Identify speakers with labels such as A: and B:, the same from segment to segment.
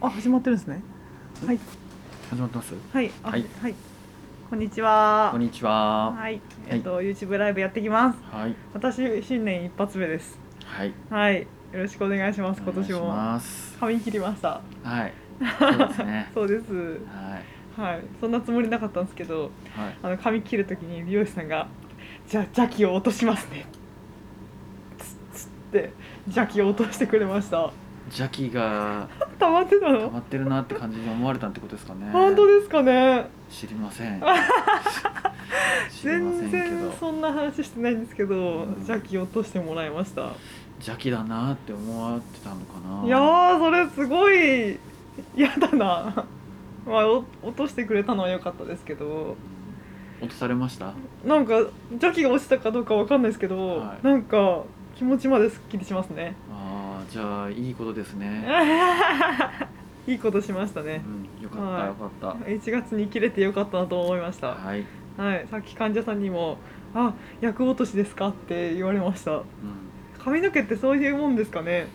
A: あ、始まってるんですね。はい、
B: 始まってます
A: はい、あ
B: はい
A: はい。こんにちは。
B: こんにちは
A: はい、えっと、YouTube ライブやってきます。
B: はい
A: 私、新年一発目です。
B: はい
A: はい、よろしくお願いします。今年
B: お願いし
A: も。
B: ます
A: 髪切りました。
B: はいそうですね
A: そうです。
B: はい
A: はい、そんなつもりなかったんですけど、
B: はい
A: あの髪切るときに美容師さんが。じゃ、邪気を落としますね。つ、つって、邪気を落としてくれました。
B: 邪気が
A: 溜まってた
B: 溜
A: の。
B: まってるなって感じで思われたってことですかね
A: 本当ですかね。
B: 知り ません知りませ
A: 全
B: んけ
A: 然
B: ど
A: そんな話してないんですけど、
B: うん
A: 邪気落としてもらいました
B: 邪気だなって思われてたのかない
A: やーそれすごい嫌だな まあお落としてくれたのは良かったですけど
B: 落とされました
A: なんか邪気が落ちたかどうかわかんないですけど、
B: はい
A: なんか気持ちまですっきりしますね
B: あーじゃあいいことですね、
A: いいことしました
B: う
A: ね
B: ん、よかっ
A: は
B: た
A: い
B: よかった
A: 1月に切れてよかったなと思いました、
B: はい、
A: はい、さっき患者さんにも「あ薬落としですか?」って言われました
B: うん
A: 髪の毛ってそういうもんですかね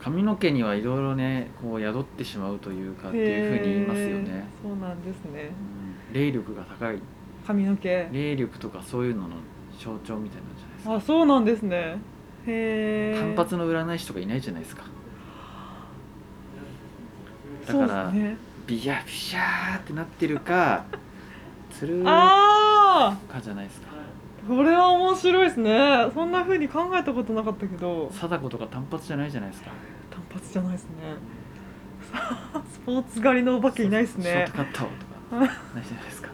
B: 髪の毛にはいろいろねこう宿ってしまうというかっていうふうに言いますよ
A: へ
B: ね、
A: ーそうなんですね
B: うん、霊力が高い
A: 髪の毛
B: 霊力とかそういうのの象徴みたいなんじゃないですか
A: あそうなんですねへえ
B: 単発の占い師とかいないじゃないですかだか
A: そ
B: ら、
A: うですね、
B: ビヤビシャーってなってる かつるー
A: あ
B: かじゃないですか
A: あこれは面白いですねそんな風に考えたことなかったけど
B: 貞子とか単発じゃないじゃないですか
A: 単発じゃないですね さスポーツ狩りのお化けいないですね
B: ショートカットとかないじゃないで すか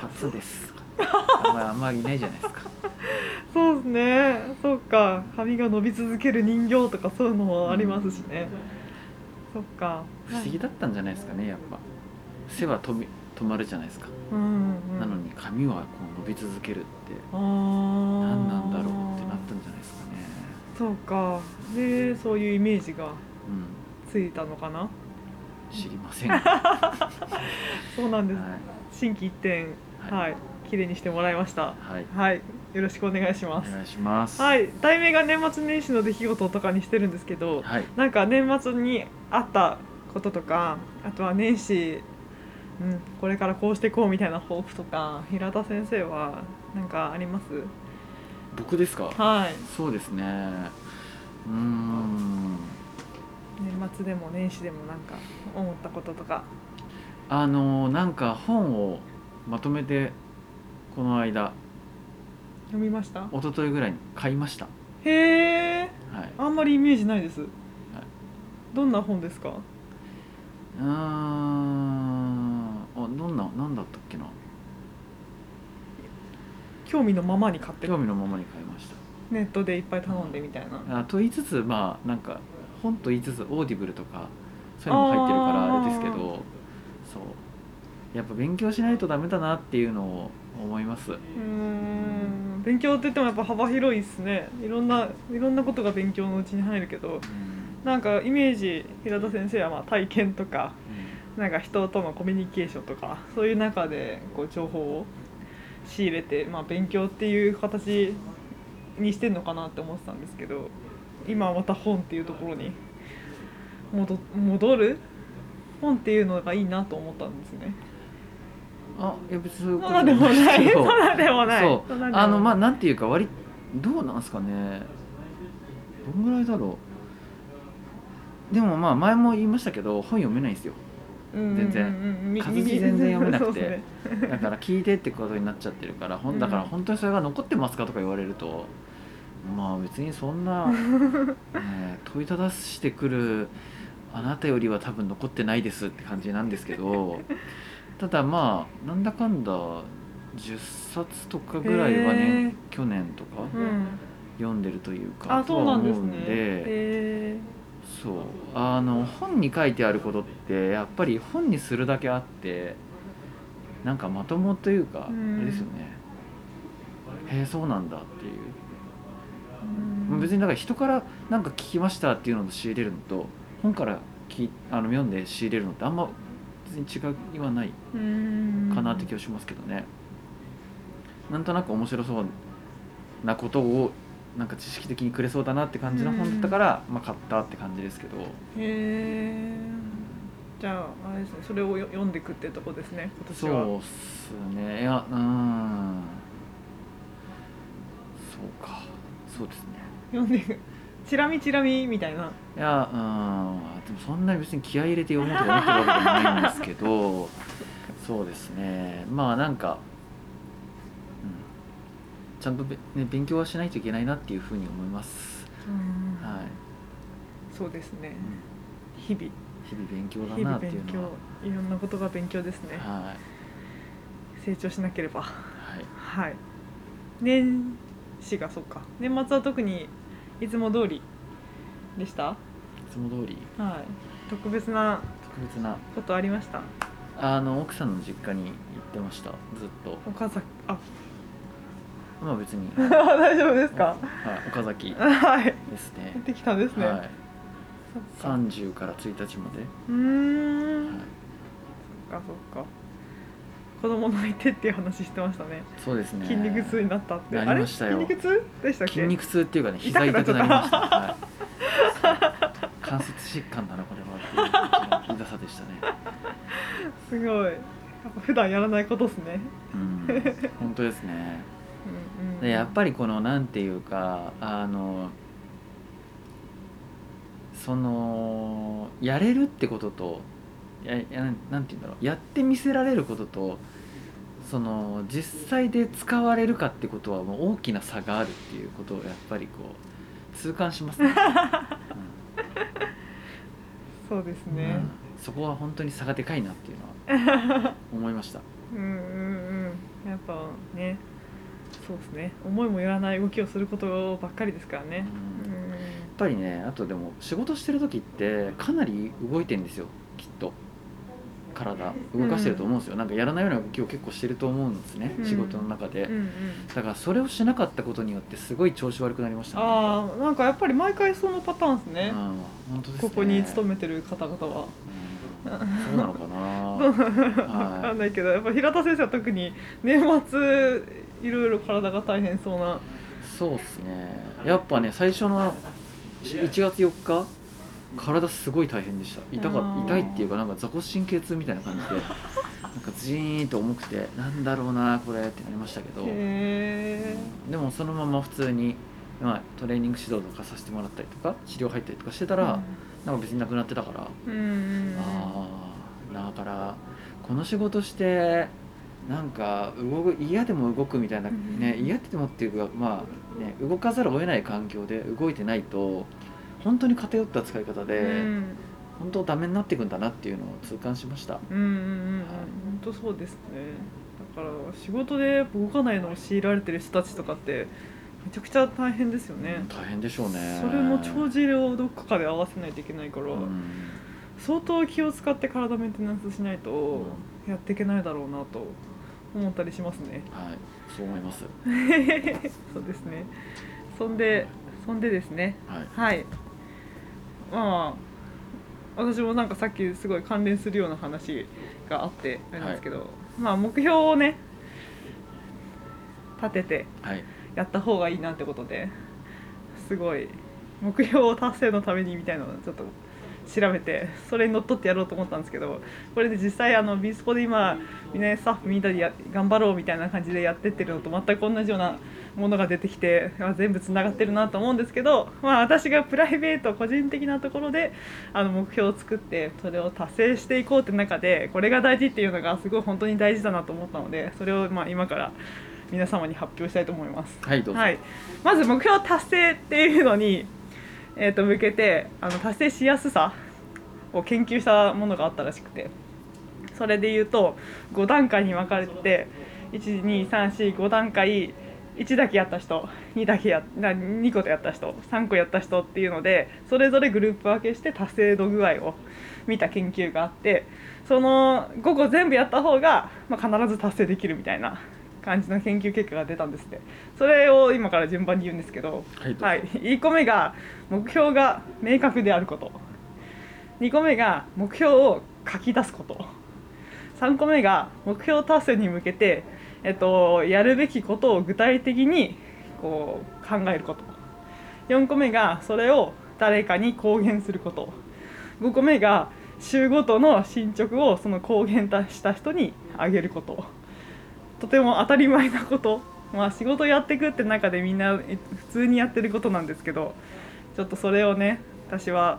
B: パツですとかあんまあんまりいないじゃないですか
A: そうですねそうか髪が伸び続ける人形とかそういうのもありますしね、そっか
B: 不思議だったんじゃないですかねやっぱ背は飛び止まるじゃないですか、
A: うんうん、
B: なのに髪はこう伸び続けるって
A: ああ
B: 何なんだろうってなったんじゃないですかね
A: そうかでそういうイメージが
B: う
A: ついたのかなん
B: 知り ませんは
A: そうなん
B: い
A: です、心機一転
B: は、
A: はいい綺麗にしてもらいました
B: はい、
A: はいよろしくお願いし
B: お
A: ます
B: 願いします
A: はい題名が年末年始の出来事とかにしてるんですけど
B: はい
A: なんか年末にあったこととかあとは年始うん、これからこうしてこうみたいな抱負とか平田先生はなんかあります
B: 僕ですか
A: はい
B: そうですねうーん
A: 年末でも年始でもなんか思ったこととか
B: あのなんか本をまとめてこの間
A: 読みました
B: 一昨日ぐらいに買いました
A: へえ
B: はい
A: あんまりイメージないです。どんな本ですか。
B: うーんあどんな何だったっけな
A: 興味のままに買って
B: 興味のままに買いました
A: ネットでいっぱい頼んでみたいな。
B: あと言いつつまあなんか本と言いつつオーディブルとかそういうのも入ってるから
A: あー
B: あれですけどそうやっぱ勉強しないとダメだなっていうのを思います
A: うーん、勉強って言ってもやっぱ幅広いですね。いろんないろんなことが勉強のうちに入るけど、なんかイメージ平田先生はまあ体験とかなんか人とのコミュニケーションとかそういう中でこう情報を仕入れてまあ勉強っていう形にしてんのかなって思ってたんですけど、今はまた本っていうところに戻戻る本っていうのがいいなと思ったんですね。
B: あいや別にそういう
A: そん
B: こと
A: なでもない
B: け
A: そ
B: ど
A: んなでもない
B: そ
A: そん
B: う
A: なでもない
B: あのまあなんていうか割どうなんですかねどんぐらいだろうでもまあ前も言いましたけど本読めないんですよ全然
A: 然
B: 活字全然読めなくて
A: そうですね
B: だから聞いてってことになっちゃってるから本だから
A: うん
B: 本当にそれが残ってますかとか言われるとまあ別にそん な、ね問いただしてくるあなたよりは多分残ってないですって感じなんですけどただまあなんだかんだ10冊とかぐらいは
A: へ
B: ね
A: ー
B: 去年とか
A: うん、
B: 読んでるというか
A: あそうなんです
B: とは
A: ね
B: 思
A: へ
B: うんで
A: え
B: そうあの本に書いてあることってやっぱり本にするだけあってなんかまともというか
A: うん
B: あれですよねへえそうなんだっていう
A: うん
B: 別にだから人からなんか聞きましたっていうのと仕入れるのと本からきあの読んで仕入れるのってあんま別に違いはないかなって気
A: うん
B: がしますけどねなんとなく面白そうなことをなんか知識的にくれそうだなって感じの本だったからまあ買ったって感じですけど
A: へえ
B: うん
A: じゃああれですねそれをよ読んでくってとこですね今年は
B: そうっすねいやうんそうかそうですね
A: 読んでくチラ見チラ見みたいない
B: やうんでもそんなに別に気合い入れて読もうとか思ってるわけでもないんですけ どそうですねまあなんか、うん、ちゃんとべ、ね、勉強はしないといけないなっていうふうに思います
A: うん
B: はい、
A: そうですね
B: うん
A: 日々
B: 日々勉強だ
A: 日々
B: なってい
A: 勉
B: うのは
A: 強いろんなことが勉強ですね
B: はい
A: 成長しなければ
B: はい
A: はい年始がそっか年末は特にいつも通りでした
B: いつも通り
A: はい特別な
B: 特別な
A: ことありました
B: あの奥さんの実家に行ってましたずっと
A: 岡崎あ
B: まあ別に
A: 大丈夫ですか
B: はい、岡崎
A: はい
B: です
A: 行
B: ね
A: ってきたんですね、
B: はい、
A: そっか
B: 30から1日まで、
A: うーん、
B: はい、
A: そっかそっか子供のいてっていう話してましたね
B: そうですね
A: 筋肉痛になったって、
B: な
A: あ
B: り
A: れ
B: ました
A: 筋
B: よ
A: 肉痛でしたっけ
B: 筋肉痛っていうかね
A: 痛
B: 膝
A: くなっ
B: 痛
A: ちゃっ
B: く
A: た
B: なりました、はい、関節疾患なのこれはっていう痛さでしたね
A: すごいやっぱ普段やらないことですね
B: うん本当ですね
A: うんうん
B: でやっぱりこのなんていうかあのそのやれるってこととややなんて言うんだろうやってみせられることとその実際で使われるかってことはもう大きな差があるっていうことをやっぱりこう痛感しますね。
A: そうです
B: うん
A: ね、
B: うんそこは本当に差がでかいなっていうのは思いました。
A: うん、うんうんやっぱねそうですね思いもよらない動きをすることばっかりですからね
B: うん
A: うん
B: やっぱりねあとでも仕事してる時ってかなり動いてんですよきっと体動かしてると思うんですよ、なんかやらないような動きを結構してると思うんですね、
A: うん
B: 仕事の中で、
A: うんうん
B: だからそれをしなかったことによってすごい調子悪くなりましたね
A: ああなんかやっぱり毎回そのパターンです
B: うん
A: ね、
B: 本当ですね
A: ここに勤めてる方々は
B: うんそうなのか
A: どう
B: な
A: わかんないけどやっぱ平田先生は特に年末いろいろ体が大変そうな
B: そうっすねやっぱね最初の1月4日体すごい大変でした痛
A: あ
B: か
A: ー
B: 痛いっていうかなんか座骨神経痛みたいな 感じでなんかジーンと重くてなんだろうなこれってなりましたけど
A: へ
B: でもそのまま普通に、まあ、トレーニング指導とかさせてもらったりとか治療入ったりとかしてた
A: え
B: ら、なんか別になくなってたから、
A: うんうん
B: ああだからこの仕事してなんか動く嫌でも動くみたいな、
A: うん
B: ね、嫌でもっていうか、まあね、動かざるを得ない環境で動いてないと本当に偏った使い方で、
A: うん
B: 本当ダメになっていくんだなっていうのを痛感しました
A: うんうんうんうん本当そうですねだから仕事でやっぱ動かないのを強いられてる人たちとかってめちゃくちゃ大変ですよね、
B: 大変でしょうね
A: それも帳尻をどっかで合わせないといけないから、
B: うん
A: 相当気を使って体メンテナンスしないとやっていけないだろうなと思ったりしますね
B: はいそう思います
A: そうですねそんでそんでですね
B: は
A: は
B: い
A: いまあ私もなんかさっきすごい関連するような話があってあれなんですけど、まあ目標をね立てて
B: はい
A: やった方がいいなってことですごい目標を達成のためにみたいなのをちょっと調べてそれにのっとってやろうと思ったんですけどこれで実際あのビースポで今みんなスタッフみんなでや頑張ろうみたいな感じでやってってるのと全く同じようなものが出てきてあ全部つながってるなと思うんですけど、まあ、私がプライベート個人的なところであの目標を作ってそれを達成していこうって中でこれが大事っていうのがすごい本当に大事だなと思ったのでそれをまあ今から皆様に発表したいと思います。
B: はいどうぞ
A: はい、まず目標達成っていうのに、えー、と向けてあの達成しやすさを研究したものがあったらしくてそれで言うと5段階に分かれてて12345段階1だけやった人2だけやな2個やった人3個やった人っていうのでそれぞれグループ分けして達成度具合を見た研究があってその5個全部やった方が、まあ、必ず達成できるみたいな感じの研究結果が出たんですってそれを今から順番に言うんですけど
B: はいどうぞ
A: はい、1個目が目標が明確であること2個目が目標を書き出すこと3個目が目標達成に向けて、えっと、やるべきことを具体的にこう考えること4個目がそれを誰かに公言すること5個目が週ごとの進捗をその公言した人にあげることとても当たり前なこと まあ仕事やってくって中でみんなえ普通にやってることなんですけどちょっとそれをね私は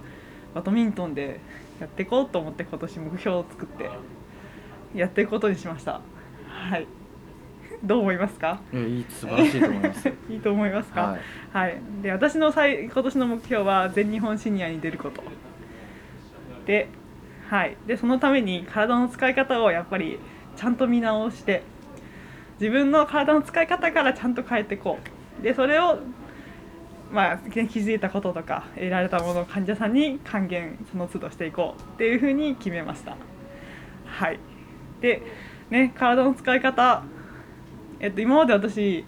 A: バドミントンでやっていこうと思って今年目標を作ってやっていくことにしましたはいどう思いますか
B: いやいい素晴らしいと思 います。
A: いいと思いますか、
B: はい。
A: はい、で私の最今年の目標は全日本シニアに出ることで,、はい、でそのために体の使い方をやっぱりちゃんと見直して自分の体の使い方からちゃんと変えていこうでそれを、まあ、気づいたこととか得られたものを患者さんに還元その都度していこうっていうふうに決めました。はい、で、ね、体の使い方、えっと、今まで私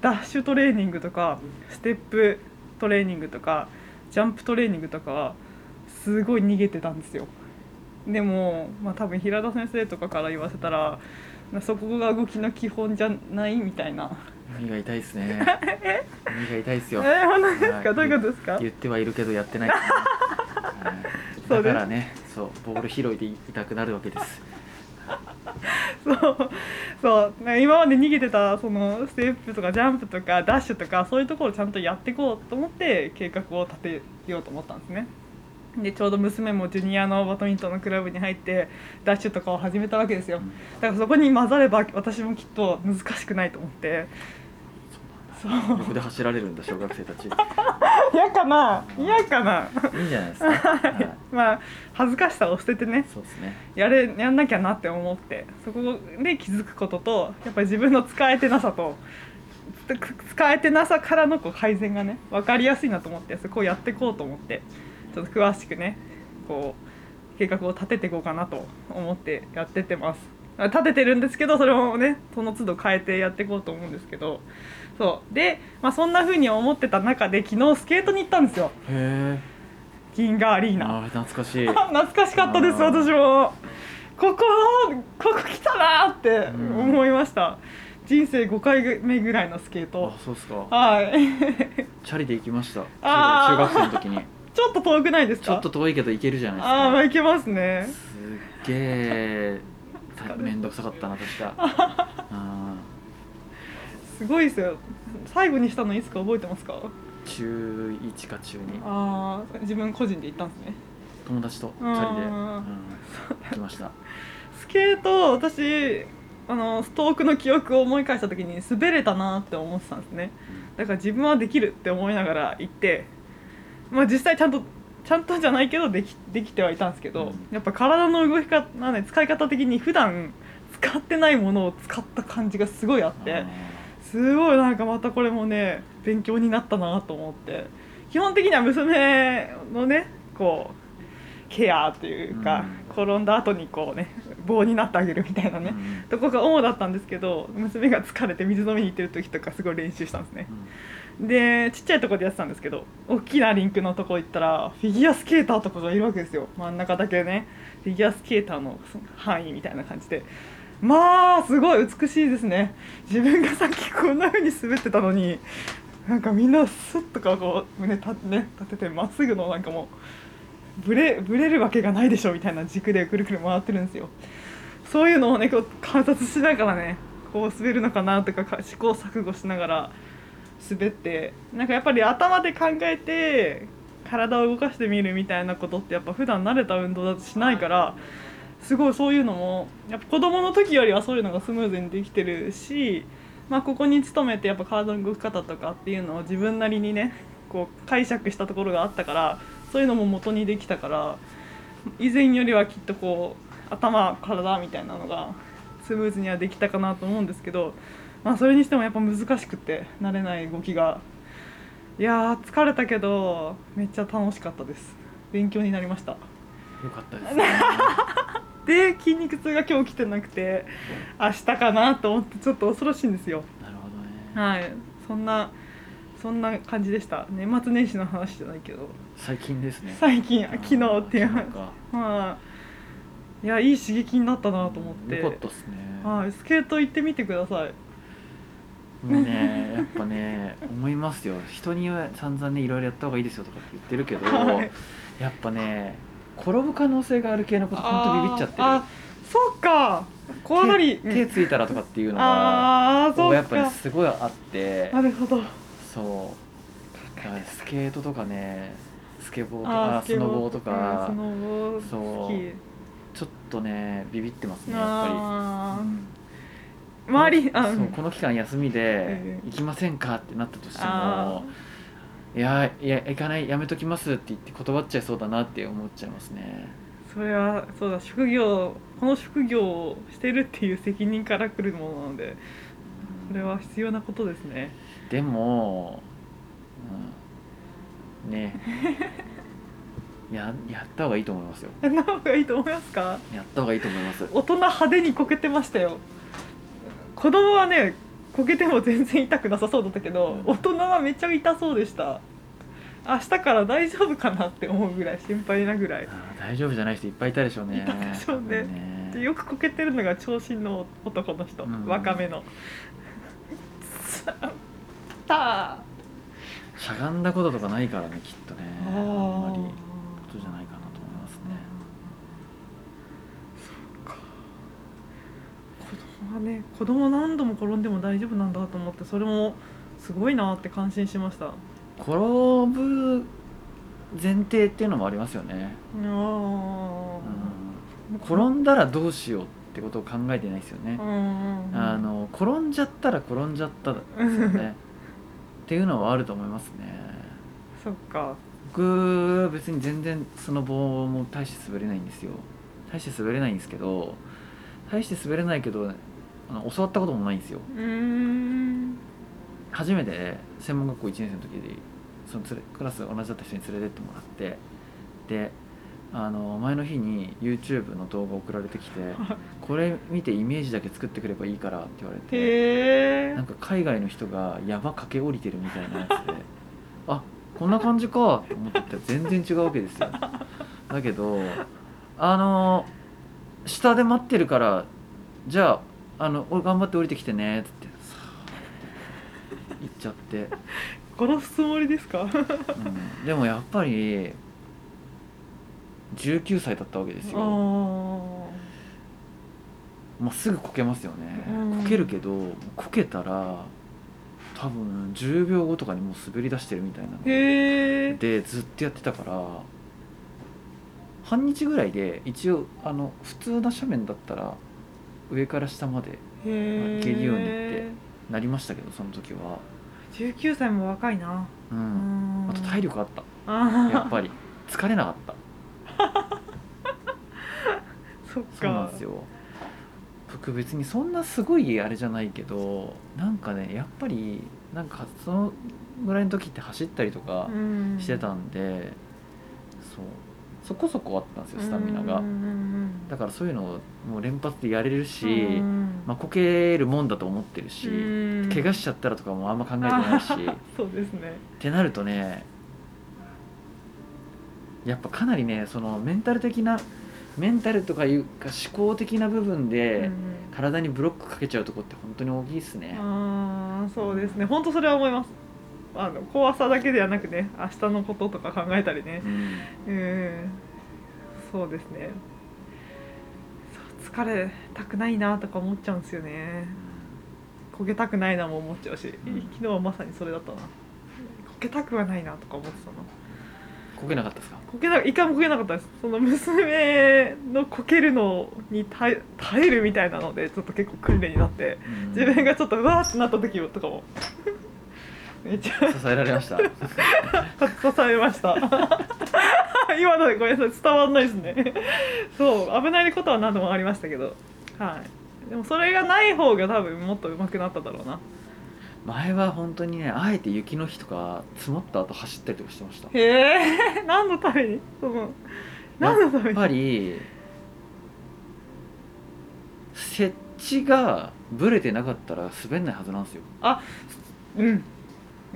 A: ダッシュトレーニングとかステップトレーニングとかジャンプトレーニングとかはすごい逃げてたんですよでも、まあ、多分平田先生とかから言わせたらそこが動きの基本じゃないみたいな
B: 耳が痛いですね。耳が痛いです
A: え
B: よ。
A: ー本当ですか、
B: はい
A: どういうことですか
B: 言ってはいるけど やってない、はい
A: そう
B: だ
A: です
B: からねそうボール拾いで痛くなるわ けです
A: そうそうなんか今まで逃げてたそのステップとかジャンプとかダッシュとかそういうところをちゃんとやっていこうと思って計画を立てようと思ったんですねでちょうど娘もジュニアのバドミントンのクラブに入ってダッシュとかを始めたわけですよだからそこに混ざれば私もきっと難しくないと思ってそう
B: 横で走られるんだ小学生た ちい
A: 嫌かな嫌かない
B: んじゃないですか、はい、
A: まあ恥ずかしさを捨ててね
B: そうですね
A: やれやんなきゃなって思ってそこで気づくこととやっぱり自分の使えてなさとつ使えてなさからのこう改善がね分かりやすいなと思ってそこをやっていこうと思ってちょっと詳しくねこう計画を立てていこうかなと思ってやってってます立ててるんですけどそれもねその都度変えてやっていこうと思うんですけどそうで、まあ、そんな風に思ってた中で昨日スケートに行ったんですよ
B: へ
A: 銀河アリー
B: え
A: ナ。
B: あー懐かしい
A: あ懐かしかったです
B: あー
A: 私もここここ来たなーって
B: うん
A: 思いました、人生5回目ぐらいのスケート
B: あそうっすか
A: はい
B: チャリで行きました中
A: あー
B: 中学生の時に
A: ちょっと遠くないですか
B: ちょっと遠いけど行けるじ
A: あ
B: ゃ
A: ーま
B: な
A: あ
B: いで
A: いけますね
B: すかすっげえた面倒くさかったな確 かあ
A: すごいですよ最後にしたのいつか覚えてますか
B: ー中1か中2
A: ああ自分個人で行ったんですね
B: 友達とチャリで、
A: う
B: うんん、行き ました
A: スケート私あのストークの記憶を思い返した時に滑れたなって思ってたんですねだから自分はできるって思いながら行ってまあ実際ちゃんとちゃんとじゃないけどできできてはいたんですけど、
B: うん
A: やっぱ体の動き方なんで使い方的に普段使ってないものを使った感じがすごいあっ
B: あ
A: て
B: ー
A: すごいなんかまたこれもね勉強になったなと思って基本的には娘のねこうケアというか、転んだ後にこうね棒になってあげるみたいなね、
B: うん
A: とこが主だったんですけど娘が疲れて水飲みに行ってる時とかすごい練習したんですね
B: うん
A: でちっちゃいとこでやってたんですけど大きなリンクのとこ行ったらフィギュアスケーターとかがいるわけですよ真ん中だけねフィギュアスケーターのその範囲みたいな感じでまあすごい美しいですね自分がさっきこんな風に滑ってたのになんかみんなスッとかこう胸立,、ね、立ててまっすぐのなんかもうブレブレるわけがないでしょみたいな軸でくるくる回ってるんですよそういうのをねこう観察しながらねこう滑るのかなとかか試行錯誤しながら滑ってなんかやっぱり頭で考えて体を動かしてみるみたいなことってやっぱ普段慣れた運動だとしないからすごいそういうのもやっぱ子供の時よりはそういうのがスムーズにできてるし、まあ、ここに勤めてやっぱ体の動き方とかっていうのを自分なりにねこう解釈したところがあったからそういうのも元にできたから以前よりはきっとこう頭体みたいなのがスムーズにはできたかなと思うんですけど、まあ、それにしてもやっぱ難しくて慣れない動きがいやー疲れたけどめっちゃ楽しかったです勉強になりました
B: よかった ですね
A: で筋肉痛が今日来てなくて明日かなと思ってちょっと恐ろしいんですよ
B: なるほどね、
A: はいそんなそんな感じでした年末年始の話じゃないけど
B: 最近ですね
A: 最近昨日っていう話
B: あー昨日か
A: まあいやいい刺激になったなと思って
B: よかったっすね
A: はい、スケート行ってみてください。
B: もうねやっぱね 思いますよ人には散々ねいろいろやった方がいいですよとかって言ってるけど、
A: はい
B: やっぱね転ぶ可能性がある系のこと本当ビビっちゃってる
A: あーあそうか怖がり
B: 手手ついたらとかっていうのが
A: ああーそ
B: 僕
A: う
B: やっぱり
A: か
B: すごいあって
A: なるほど
B: そうだからスケートとかねスケボーと
A: あ
B: か
A: ー
B: スノボーとか
A: スケボースノボ好
B: そう
A: き
B: ちょっとねビビってますねやっぱ
A: あ
B: り。
A: ー周りあ
B: そうこの期間休みで
A: ええ
B: 行きませんかってなったとして
A: あ
B: もいやいや行かないやめときますって言って断っちゃいそうだなって思っちゃいますね
A: それはそうだ職業この職業をしてるっていう責任から来るものなのでそれは必要なことですね
B: でも、うん、 ねややった方がいいと思いますよ
A: そんな方がいいと思いますか
B: やった方がいいと思います
A: 大人派手にこけてましたよ子供はねこけても全然痛くなさそうだったけど大人はめっちゃ痛そうでした明日から大丈夫かなって思うぐらい心配なぐらい
B: あー大丈夫じゃない人いっぱいいたでしょうね
A: いたでしょうね
B: 多分
A: でよくこけてるのが長身の男の人、
B: うん
A: 若めの た
B: しゃがんだこととかないからねきっとね
A: あ
B: あんまりことじゃないかなと思いますね
A: 子供はね子供何度も転んでも大丈夫なんだと思ってそれもすごいなって感心しましたあ
B: 転ぶ前提っていうのもありますよね、
A: あ
B: うん、転んだらどうしようってことを考えてないですよね、あの転んじゃったら転んじゃったですよね っていうのはあると思いますね
A: そっか
B: 僕別に全然その棒も大して滑れないんですよ大して滑れないんですけど大して滑れないけどあの教わったこともないんですよ
A: うーん
B: 初めて専門学校1年生の時でその連れクラス同じだった人に連れてってもらってであの前の日に YouTube の動画送られてきて「これ見てイメージだけ作ってくればいいから」って言われて
A: へえ
B: なんか海外の人が山駆け下りてるみたいなやつであこんな感じかと思ってたら全然違うわけですよだけどあの下で待ってるからじゃああのお頑張って降りてきてねっつってさあ行っちゃって、
A: 殺すつもりです か
B: うん、でもやっぱり19歳だったわけです
A: あ
B: よ
A: ー
B: まあ、すぐこけますよね、
A: うん
B: こけるけどこけたら多分10秒後とかにもう滑り出してるみたいなの
A: へえ
B: でずっとやってたから半日ぐらいで一応あの普通な斜面だったら上から下まで
A: へ
B: 蹴るようにってなりましたけどその時は、
A: 19歳も若いなう
B: う、
A: んん
B: あと体力あった
A: あ
B: やっ
A: り
B: ぱり疲れなかった
A: そっ
B: そうなん
A: か
B: ですよ僕別にそんなすごいあれじゃないけどなんかねやっぱりなんかそのぐらいの時って走ったりとか
A: うん
B: してたんで、そうそこそこあったんですよスタミナが。
A: うんうんうん
B: だからそういうのをもう連発でやれるし、
A: うん
B: まあ、こけるもんだと思ってるし、
A: うん
B: 怪我しちゃったらとかもあんま考えてないしっ
A: そうですね
B: てなるとねやっぱかなりねそのメンタル的なメンタルとかいうか思考的な部分で
A: うん
B: 体にブロックかけちゃうとこって本当に大きいですね。
A: ああそうですね本当それは思いますあの怖さだけではなくね明日のこととか考えたりね
B: うん
A: うんそうですねそう疲れたくないなとか思っちゃうんですよねこけたくないなも思っちゃうし、
B: ん
A: 昨日はまさにそれだったなこけたくはないなとか思ってたな
B: こけなかったですか
A: こけな一回もこけなかったですその娘のこけるのに耐え耐えるみたいなのでちょっと結構訓練になって自分がちょっとうわーってなった時とかもめっちゃ
B: うん支えられました
A: 刺されました 今のでごめんなさい伝わんないですねそう危ないことは何度もありましたけどはいでもそれがない方が多分もっと上手くなっただろうな
B: 前は本当にねあえて雪の日とか積もった後走ったりとかしてました
A: へえ 何のためにその何のた
B: や
A: め
B: っ
A: に
B: ぱり設置がブレてなかったら滑んないはずなんですよ
A: うん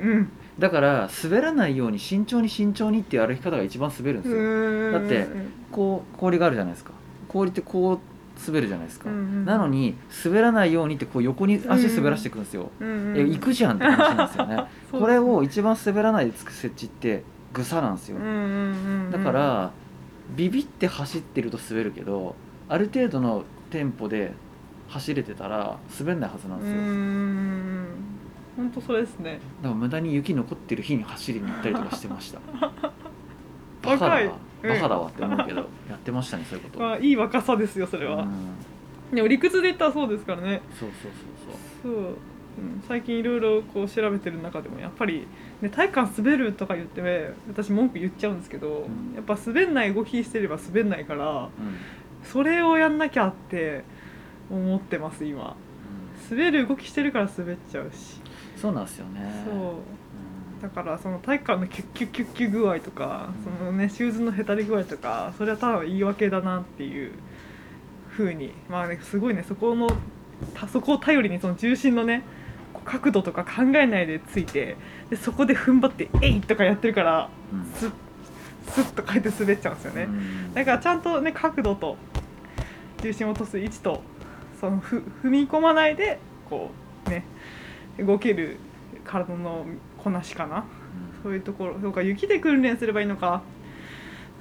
A: うん
B: だから滑らないように慎重に慎重にっていう歩き方が一番滑るんですよ、だ
A: だ
B: ってこう氷があるじゃないですか氷ってこう滑るじゃないですか、
A: うんうん
B: なのに滑らないようにってこう横に足滑らしていくんですよ、
A: うん
B: いや行くじゃんって話な んですよねこれを
A: う
B: 一番滑らない設置ってぐさなんですよ、
A: んうんうんうん
B: だからビビって走ってると滑るけどある程度のテンポで走れてたら滑んないはずな
A: うんー
B: ですよ、だか
A: ん本当それですね
B: ら無駄に雪残ってる日に走りに行ったりとかしてました バカだ
A: 若い
B: わ
A: うん
B: バカだわって思うけどやってましたねそういうこと、
A: まあいい若さですよそれ
B: う
A: は、
B: ん
A: でも理屈で言ったらそうですからね
B: そうそうそうそ
A: そう、
B: う
A: うん、最近いろいろこう調べてる中でもやっぱり、ね、体感滑るとか言ってね私文句言っちゃうんですけど、
B: うん
A: やっぱ滑んない動きしてれば滑んないから
B: うん、うん
A: それをやんなきゃって思ってます今滑る動きしてるから滑っちゃうし、
B: そうなんですよね
A: そう
B: うん
A: だからその体育館のキュッキュッキュッキュ具合とか、
B: うん
A: そのねシューズのへたり具合とかそれはただ言い訳だなっていうふうにまあねすごいねそこのたそこを頼りにその重心のねこう角度とか考えないでついてでそこで踏ん張って「えい!」とかやってるから
B: うん
A: スッスッとかえて滑っちゃうんですよね、
B: うん
A: だからちゃんとね角度と重心を落とす位置とそのふ踏み込まないでこうね動ける体のこなしかなそういうところそうか雪で訓練すればいいのか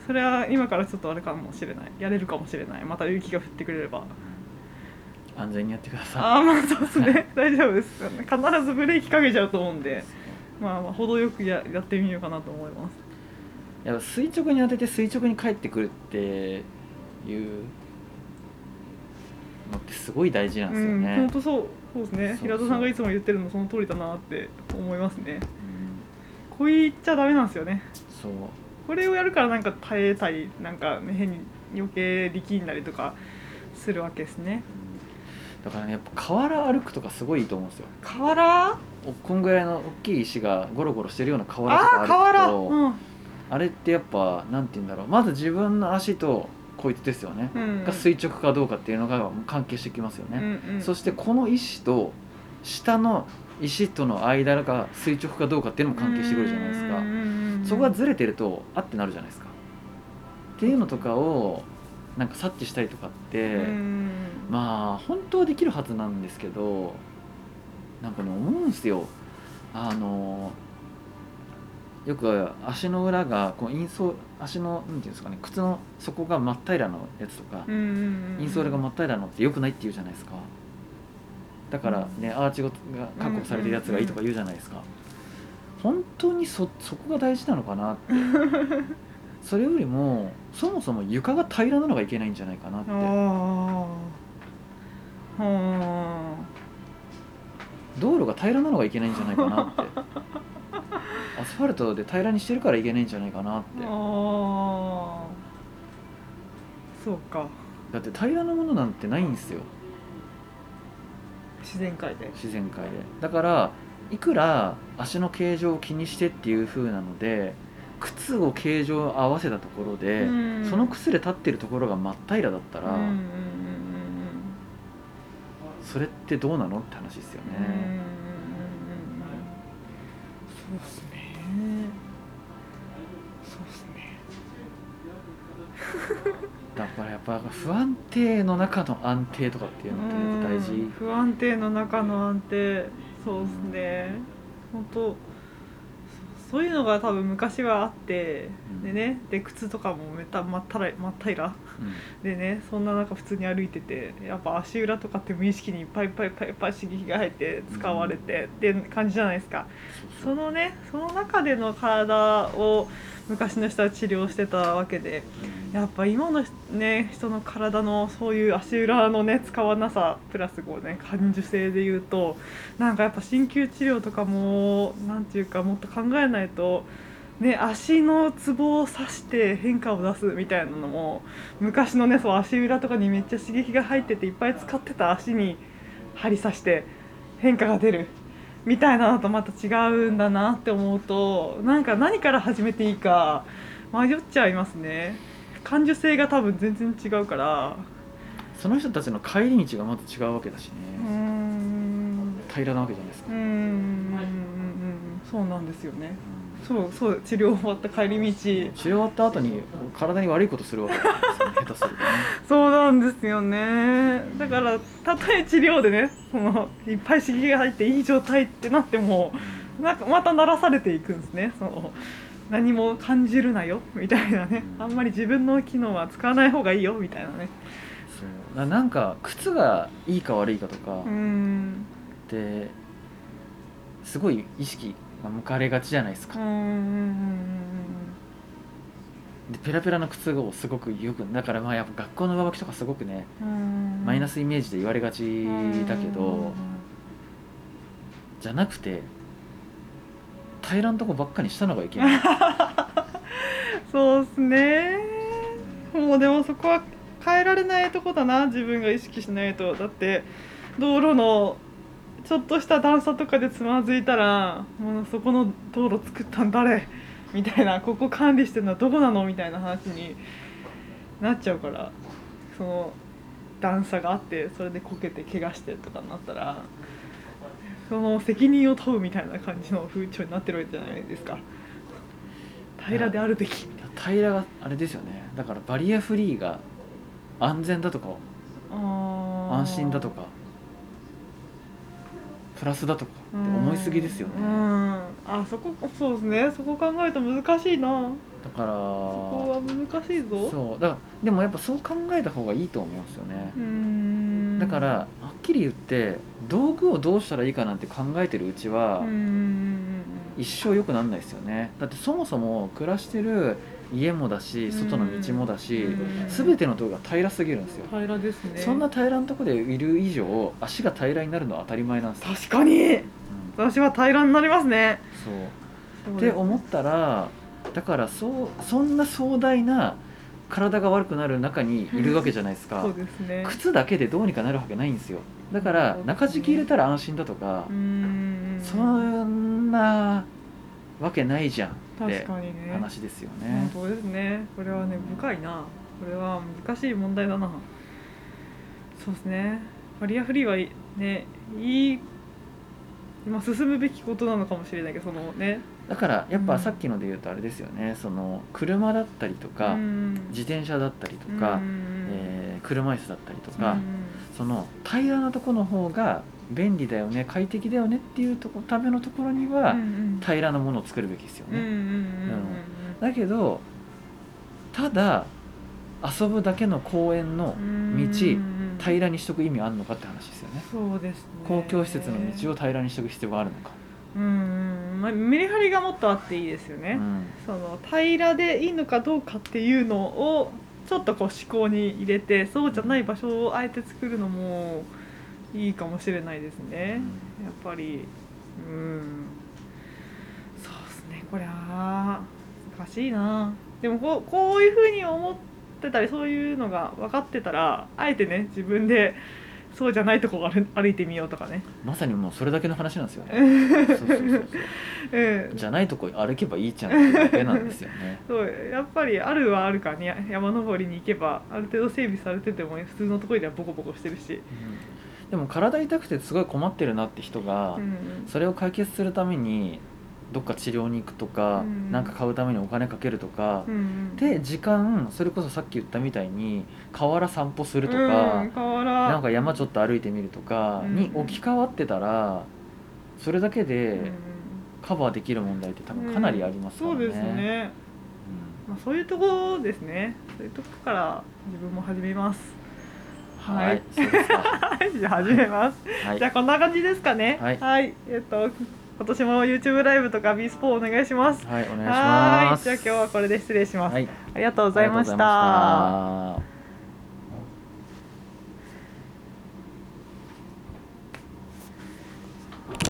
A: それは今からちょっとあれかもしれないやれるかもしれないまた雪が降ってくれれば
B: 安全にやってください
A: ああーまあそうですね 大丈夫です必ずブレーキかけちゃうと思うんでまあまあ程よくややってみようかなと思います
B: やっぱ垂直に当てて垂直に帰ってくるっていうのってすごい大事なんですよ
A: う
B: ね
A: ん、本、当そうそうですね
B: そうそう
A: 平田さんがいつも言ってるのその通りだなって思いますね
B: うん
A: こう言っちゃダメなんですよね
B: そう
A: これをやるからなんか耐えたりなんかね変に余計力んだりとかするわけですね
B: うんだからねやっぱ河原歩くとかすごいいいと思うんですよ
A: 河原
B: おこんぐらいの大きい石がゴロゴロしてるような河原と
A: ああー河
B: か
A: 原
B: 歩くと
A: うん
B: あれってやっぱなんて言うんだろうまず自分の足とこいつですよね、
A: うん
B: が垂直かどうかっていうのが関係してきますよね、
A: うんうん、
B: そしてこの石と下の石との間が垂直かどうかっていうのも関係してくるじゃないですか
A: うんうんうんうん
B: そこがずれてるとあってなるじゃないですかっていうのとかをなんか察知したりとかって
A: うん
B: まあ本当はできるはずなんですけどなんかね思うんですよあのよく足の裏がこうインソー足のなんていうんですかね靴の底が真っ平らのやつとか、
A: うんうんうん
B: インソールが真っ平らのって良くないって言うじゃないですかだからねアーチが確保されてるやつがいいとか言うじゃないですか本当にそそこが大事なのか なってそれよりもそもそも床が平らなのがいけないんじゃないかなって
A: あああ
B: 道路が平らなのがいけないんじゃないかなって アスファルトで平らにしてるからいけないんじゃないかなって
A: ーあーそうか
B: だって平らなものなんてないんですよ
A: 自然界で
B: 自然界でだからいくら足の形状を気にしてっていう風なので靴を形状を合わせたところで、
A: うん
B: その靴で立ってるところが真っ平らだったら、
A: うんうんうん
B: それってどうなのって話ですよ
A: うんうんうんうんうんうん
B: ね、
A: そうっすねそうっすね
B: だからやっぱ不安定の中の安定とかっていうのって大事、
A: うん不安定の中の安定そうですね本当そそういうのが多分昔はあって
B: うん
A: でねで靴とかもめたまったらまったいら
B: うん
A: でねそんな中普通に歩いててやっぱ足裏とかって無意識にいっぱいいっぱいいっぱいいっぱい刺激が入って使われてって感じじゃないですか
B: そう
A: そのねその中での体を昔の人は治療してたわけでやっぱ今の、ね、人の体のそういう足裏のね使わなさプラスこうね感受性で言うとなんかやっぱ鍼灸治療とかもなんていうかもっと考えないと。ね、足のツボを刺して変化を出すみたいなのも昔のねそう足裏とかにめっちゃ刺激が入ってていっぱい使ってた足に針刺して変化が出るみたいなのとまた違うんだなって思うとなんか何から始めていいか迷っちゃいますね感受性が多分全然違うから
B: その人たちの帰り道がまた違うわけだしね、
A: うーん
B: 平らなわけじゃないです
A: う
B: か、
A: ーんうんうんうんそうなんですよね
B: うん
A: そうそう治療終わった帰り道
B: 治療終わった後に体に悪いことするわけですよね下手す るとね
A: そうなんですよねだからたとえ治療でねそのいっぱい刺激が入っていい状態ってなってもなんかまた慣らされていくんですねその何も感じるなよみたいなね
B: うん
A: あんまり自分の機能は使わない方がいいよみたいなね
B: そうななんか靴がいいか悪いかとか
A: うん
B: ってすごい意識が向かれがちじゃないです
A: う
B: か、
A: んうん
B: でペラペラの靴をすごくよくだからまあやっぱ学校の上履きとかすごくね、
A: うんうん
B: マイナ
A: ス
B: スイメージで言われがちだけど、じゃなくて平らんとこばっかにしたのがい けない
A: そうっすねもうでもそこは変えられないとこだな自分が意識しないとだって道路のちょっとした段差とかでつまずいたらもうそこの道路作ったん誰みたいなここ管理してるのはどこなのみたいな話になっちゃうからその段差があってそれでこけて怪我してとかになったらその責任を問うみたいな感じの風潮になってるわけじゃないですか平らであるべきみたいな
B: 平らがあれですよねだからバリアフリーが安全だとか
A: 安
B: 安心だとかプラスだとかって思いすぎですよね
A: うんうんあそこそうですねそこ考えると難しいな
B: だから
A: そこは難しいぞ
B: そうだからでもやっぱそう考えた方がいいと思いますよね
A: うーん
B: だからはっきり言って道具をどうしたらいいかなんて考えてるうちは、
A: うん
B: 一生良くなんないですよねだってそもそも暮らしてる家もだし外の道もだし、
A: うん
B: 全ての道具が平らすぎるんですよ、
A: 平らですね
B: そんな平らなとこでいる以上足が平らになるのは当たり前なんですよ、
A: 確かに
B: うん
A: 私は平らになりますね
B: そう
A: そう
B: って思ったらだからそうそんな壮大な体が悪くなる中にいるわけじゃないですか、
A: そうですね
B: 靴だけでどうにかなるわけないんですよだから
A: そうですね
B: 中敷き入れたら安心だとか、
A: うん
B: そんなわけないじゃんって
A: 確かにね
B: 話ですよね
A: 本。当ですねこれはね深いなこれは難しい問題だなそうですねバリアフリーはいねいい今進むべきことなのかもしれないけどそのね
B: だからやっ
A: う
B: ぱ
A: ん
B: さっきので言うとあれですよね、その車だったりとか、
A: うん
B: 自転車だったりとか、
A: うん
B: えー車椅子だったりと
A: う
B: か、
A: ん
B: その平らなとこの方が便利だよね快適だよねっていうとこためのところには
A: うんうん
B: 平らなものを作るべきですよ
A: うんうんうん
B: ね、
A: うん
B: だけどただ遊ぶだけの公園の
A: うん
B: 道
A: うん
B: 平らにしとく意味あるのかって話ですよね
A: そうですね
B: 公共施設の道を平らにしとく必要があるのか、
A: うんうんまあメリハリがもっとあっていいですよ
B: う
A: ね
B: ん、
A: その平らでいいのかどうかっていうのをちょっとこう思考に入れてそうじゃない場所をあえて作るのもいいかもしれないですねやっぱりうんそうですねこれは難しいなでもこうこういうふうに思ってたりそういうのが分かってたらあえてね自分でそうじゃないとこを歩歩いてみようとかね、
B: まさにもうそれだけの話なんですよねそうそうそうそう
A: うん、
B: じゃないとこ歩けばいいじゃんっていうだけなんですよね
A: そうやっぱりあるはあるかに山登りに行けばある程度整備されてても普通のところではボコボコしてるし、
B: でも体痛くてすごい困ってるなって人が、
A: うん
B: それを解決するためにどっか治療に行くとか
A: うん
B: なんか買うためにお金かけるとか
A: う、ん、
B: で時間それこそさっき言ったみたいに河原散歩するとか、
A: うん、河原
B: なんか山ちょっと歩いてみるとか
A: うん
B: に置き換わってたらそれだけ
A: うん
B: でカバーできる問題って多分かなりありますから
A: そう
B: ね。
A: ですね、まあ、そういうとこですねそういうとこから自分も始めます
B: うん
A: はい
B: はい、そうですか。
A: はいじゃあ始めます、
B: は い
A: じゃあこんな感じですかね
B: はい
A: えっと今年も YouTube ライブとか B スポお願いします
B: はい、お願い
A: は
B: しま
A: ーい
B: す。
A: じゃあ今日はこれで失礼します、
B: はい、
A: ありがとうご
B: ご
A: ざいました
B: た。